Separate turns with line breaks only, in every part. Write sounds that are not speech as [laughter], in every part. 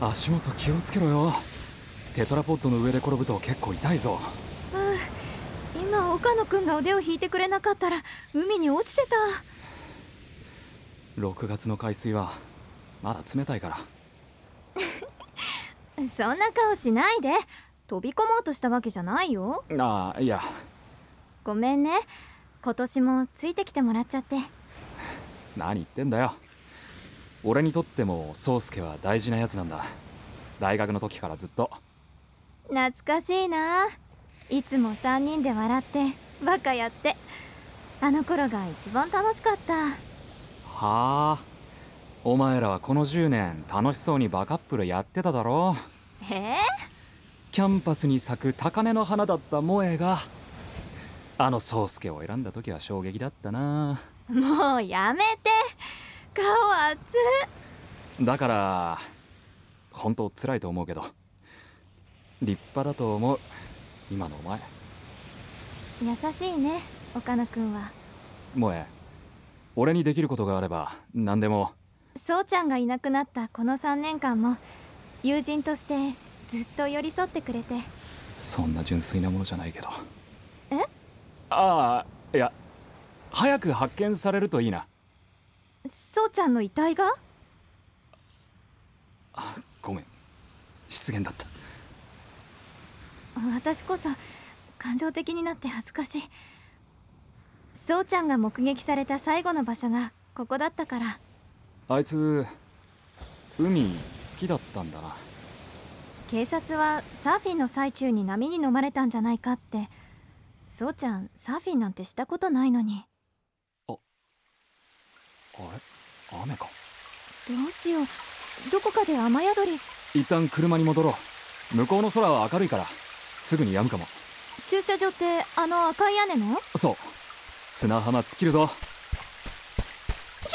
足元気をつけろよテトラポッドの上で転ぶと結構痛いぞ
うん今岡野くんが腕を引いてくれなかったら海に落ちてた
6月の海水はまだ冷たいから
そんな顔しないで飛び込もうとしたわけじゃないよ
ああいや
ごめんね今年もついてきてもらっちゃって
何言ってんだよ俺にとっても宗介は大事なやつなんだ大学の時からずっと
懐かしいないつも3人で笑ってバカやってあの頃が一番楽しかった
はあお前らはこの10年楽しそうにバカップルやってただろ
へえ
キャンパスに咲く高嶺の花だった萌えがあの宗介を選んだ時は衝撃だったな
もうやめて顔熱っ
だから本当辛いと思うけど立派だと思う今のお前
優しいね岡野くんは
萌え俺にできることがあれば何でも
そうちゃんがいなくなったこの3年間も友人としてずっと寄り添ってくれて
そんな純粋なものじゃないけど
え
ああいや早く発見されるといいな
そうちゃんの遺体が
あごめん失言だった
私こそ感情的になって恥ずかしいそうちゃんが目撃された最後の場所がここだったから
あいつ海好きだったんだな
警察はサーフィンの最中に波に飲まれたんじゃないかってそうちゃんサーフィンなんてしたことないのに
あれ雨か
どうしようどこかで雨宿り
一旦車に戻ろう向こうの空は明るいからすぐに止むかも
駐車場ってあの赤い屋根の
そう砂浜突っ切るぞ
濡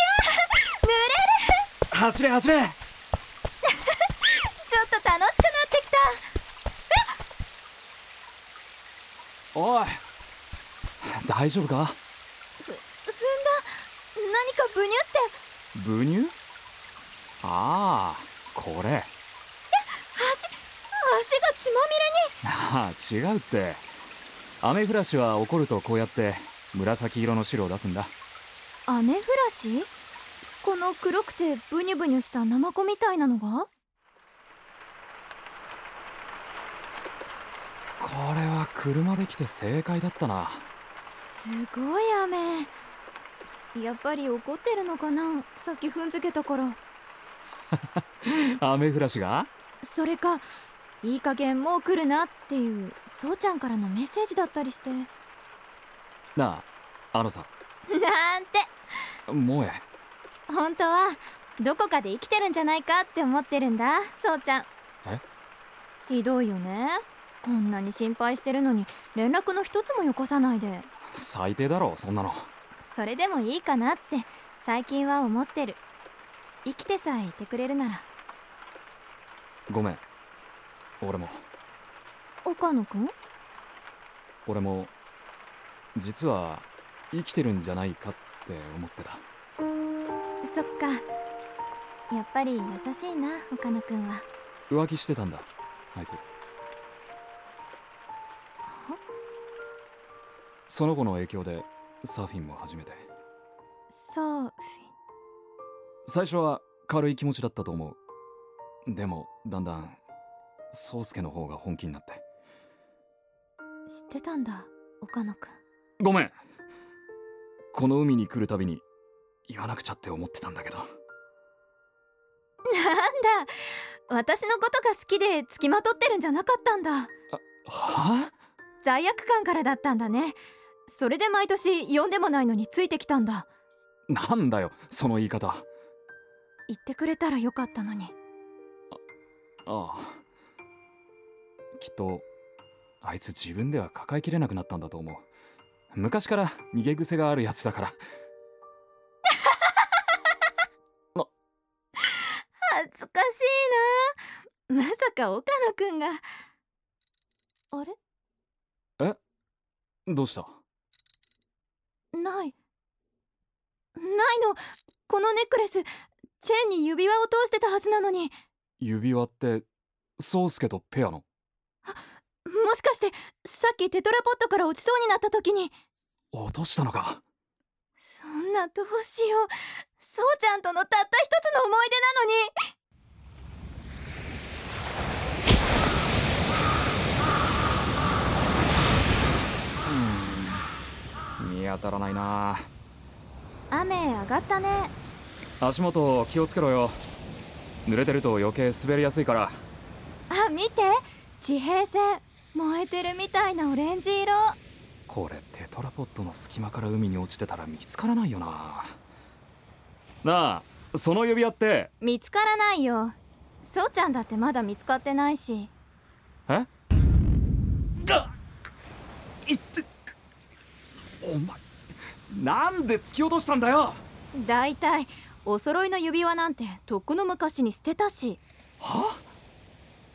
れる
走れ走れ
ちょっと楽しくなってきた
おい大丈夫
踏
か
んだ何かブニュって
ブニュああこれ
足足が血まみれに
ああ違うって雨降らしは怒るとこうやって紫色の汁を出すんだ
雨降らしこの黒くてブニュブニュしたナマコみたいなのが
これは車で来て正解だったな
すごい雨やっぱり怒ってるのかなさっき踏んづけたから
雨降らしが
それかいい加減もう来るなっていうそうちゃんからのメッセージだったりしてなん
なああのさ
て
萌え
本当はどこかで生きてるんじゃないかって思ってるんだそうちゃん
え
ひどいよねこんなに心配してるのに連絡の一つもよこさないで
最低だろそんなの
それでもいいかなって最近は思ってる生きてさえいてくれるなら
ごめん俺も
岡野くん
俺も実は生きてるんじゃないかって思ってた
そっかやっぱり優しいな岡野くんは
浮気してたんだあいつその子の影響でサーフィンも初めて
そう
最初は軽い気持ちだったと思うでもだんだん宗介の方が本気になって
知ってたんだ岡野くん
ごめんこの海に来るたびに言わなくちゃって思ってたんだけど
なんだ私のことが好きでつきまとってるんじゃなかったんだ
はあ
罪悪感からだったんだねそれで毎年呼んでもないのについてきたんだ
なんだよその言い方あ
言ってくれたらよかったのに
あきっとあいつ自分では抱えきれなくなったんだと思う昔から逃げ癖があるやつだから
恥ずかしいなまさか岡野くんがあれ
どうした
ないないのこのネックレスチェーンに指輪を通してたはずなのに
指輪って宗介とペアの
もしかしてさっきテトラポットから落ちそうになった時に
落としたのか
そんなどうしようそうちゃんとのたった一つの思い出なのに
うーん見当たらないな
雨上がったね
足元気をつけろよ濡れてると余計滑りやすいから
あ見て地平線燃えてるみたいなオレンジ色
これテトラポットの隙間から海に落ちてたら見つからないよななあその指輪って
見つからないよそうちゃんだってまだ見つかってないし
えだいってお前なんで突き落としたんだよ
だいたいお揃いの指輪なんてとっくの昔に捨てたし
は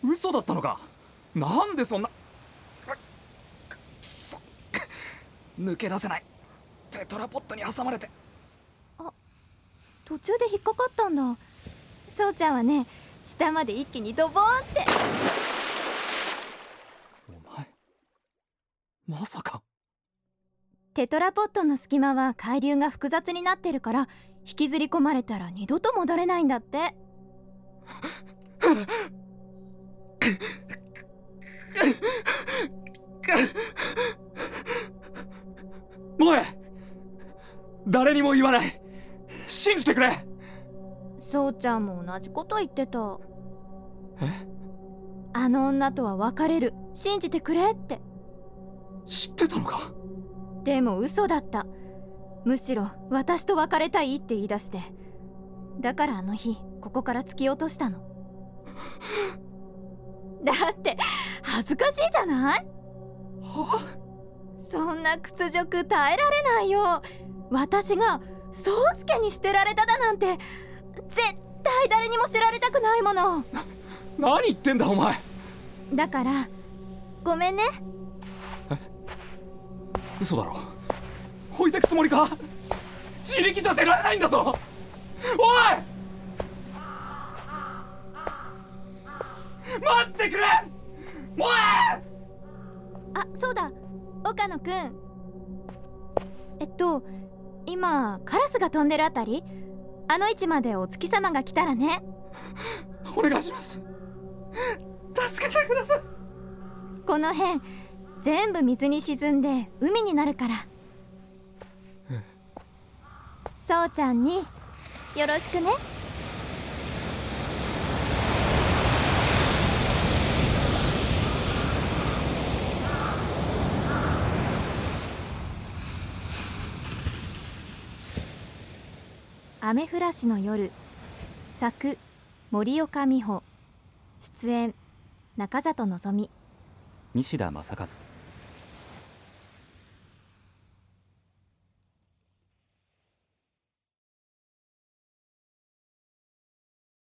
嘘だったのかなんでそんなくくそく抜け出せないテトラポットに挟まれて
途中で引っかかったんだそうちゃんはね下まで一気にドボーンって
お前まさか
テトラポットの隙間は海流が複雑になってるから引きずり込まれたら二度と戻れないんだって
萌え誰にも言わない信じてくれ
そうちゃんも同じこと言ってたあの女とは別れる信じてくれって
知ってたのか
でも嘘だったむしろ私と別れたいって言い出してだからあの日ここから突き落としたの [laughs] だって恥ずかしいじゃない
は
そんな屈辱耐えられないよ私が宗介に捨てられただなんて絶対誰にも知られたくないもの
何言ってんだお前
だからごめんね
嘘だろ置いてくつもりか自力じゃ出られないんだぞおい待ってくれ萌え
あそうだ岡野くんえっと今カラスが飛んでるあたりあの位置までお月様が来たらね
お願いします助けてください
この辺全部水に沈んで海になるからそうちゃんによろしくね雨降らしの夜作森岡美穂出演中里のぞみ
西田正和